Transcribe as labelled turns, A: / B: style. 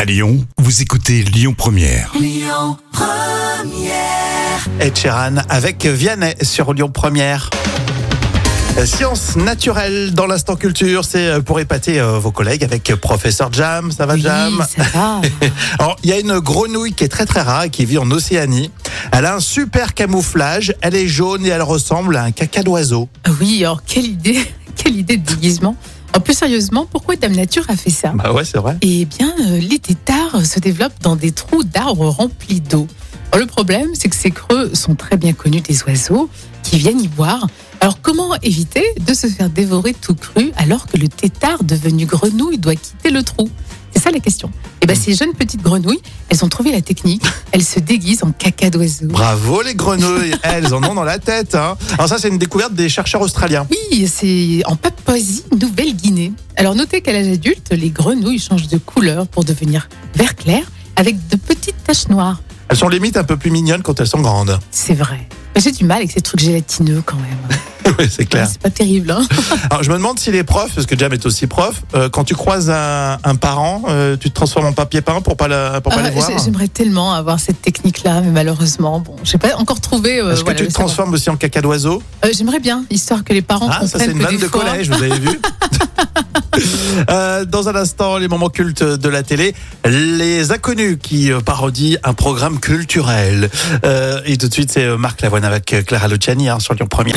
A: À Lyon, vous écoutez Lyon Première.
B: Ed Sheeran avec Vianney sur Lyon Première. Science naturelle dans l'instant culture, c'est pour épater euh, vos collègues avec professeur Jam. Ça va
C: Oui,
B: Jam
C: ça va.
B: Alors, il y a une grenouille qui est très très rare et qui vit en Océanie. Elle a un super camouflage, elle est jaune et elle ressemble à un caca d'oiseau.
C: Oui, alors quelle idée, quelle idée de déguisement. En plus, sérieusement, pourquoi Dame Nature a fait ça
B: Bah ouais, c'est vrai.
C: Eh bien, euh, les têtards se développent dans des trous d'arbres remplis d'eau. Alors, le problème, c'est que ces creux sont très bien connus des oiseaux qui viennent y boire. Alors, comment éviter de se faire dévorer tout cru alors que le tétard devenu grenouille doit quitter le trou C'est ça la question. Eh bien, ces jeunes petites grenouilles, elles ont trouvé la technique. Elles se déguisent en caca d'oiseau.
B: Bravo les grenouilles, elles en ont dans la tête. hein. Alors ça, c'est une découverte des chercheurs australiens.
C: Oui, c'est en Papouasie-Nouvelle-Guinée. Alors notez qu'à l'âge adulte, les grenouilles changent de couleur pour devenir vert clair avec de petites taches noires.
B: Elles sont limite un peu plus mignonnes quand elles sont grandes.
C: C'est vrai. Mais J'ai du mal avec ces trucs gélatineux quand même.
B: oui, c'est clair.
C: C'est pas terrible. Hein
B: Alors, je me demande si les profs, parce que Jam est aussi prof, euh, quand tu croises un, un parent, euh, tu te transformes en papier peint pour pas, la, pour pas
C: Ah,
B: les voir.
C: j'ai- J'aimerais tellement avoir cette technique-là, mais malheureusement, bon, j'ai pas encore trouvé. euh,
B: Est-ce
C: voilà,
B: que tu
C: le
B: te
C: savoir.
B: transformes aussi en caca d'oiseau
C: Euh, J'aimerais bien, histoire que les parents
B: Ah, ça
C: comprennent
B: c'est une
C: que
B: vanne
C: des
B: de
C: fois-
B: collège, vous avez vu Euh, Dans un instant, les moments cultes de la télé, les inconnus qui euh, parodient un programme culturel. Euh, et tout de suite, c'est euh, Marc Lavoine avec euh, Clara Luciani hein, sur Lyon Première.